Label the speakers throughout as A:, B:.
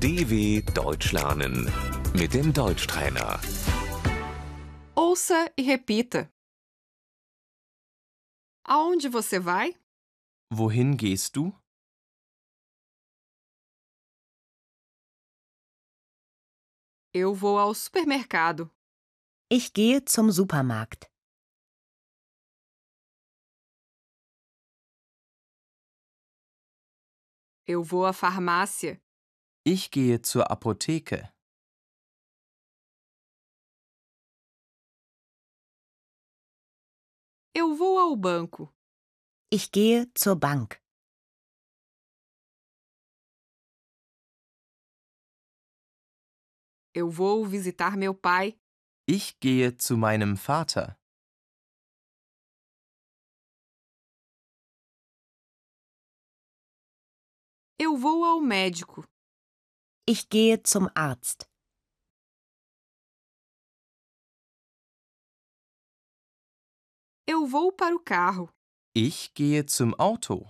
A: DW Deutsch lernen mit dem Deutschtrainer.
B: Ouça e repita. Aonde você vai?
C: Wohin gehst du?
B: Eu vou ao supermercado.
D: Ich gehe zum Supermarkt.
B: Eu vou à farmácia.
C: Ich gehe zur Apotheke.
B: Eu vou ao banco.
D: Ich gehe zur Bank.
B: Eu vou visitar meu pai.
C: Ich gehe zu meinem Vater.
B: Eu vou ao médico.
D: Ich gehe zum Arzt.
B: Eu vou para o carro.
C: Ich gehe zum Auto.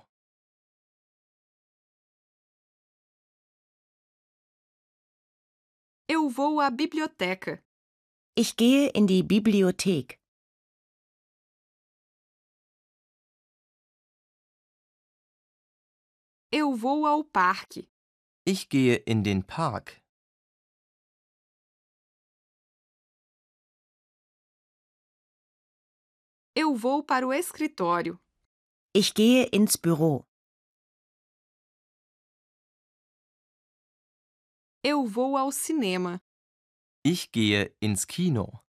B: Eu vou à biblioteca.
D: Ich gehe in die Bibliothek.
B: Eu vou ao parque.
C: Ich gehe in den Park.
B: Eu vou para o escritório.
D: Ich gehe ins Büro.
B: Eu vou ao cinema.
C: Ich gehe ins Kino.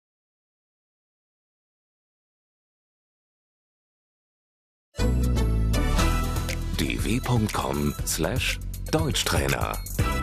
A: dw.com/deutschtrainer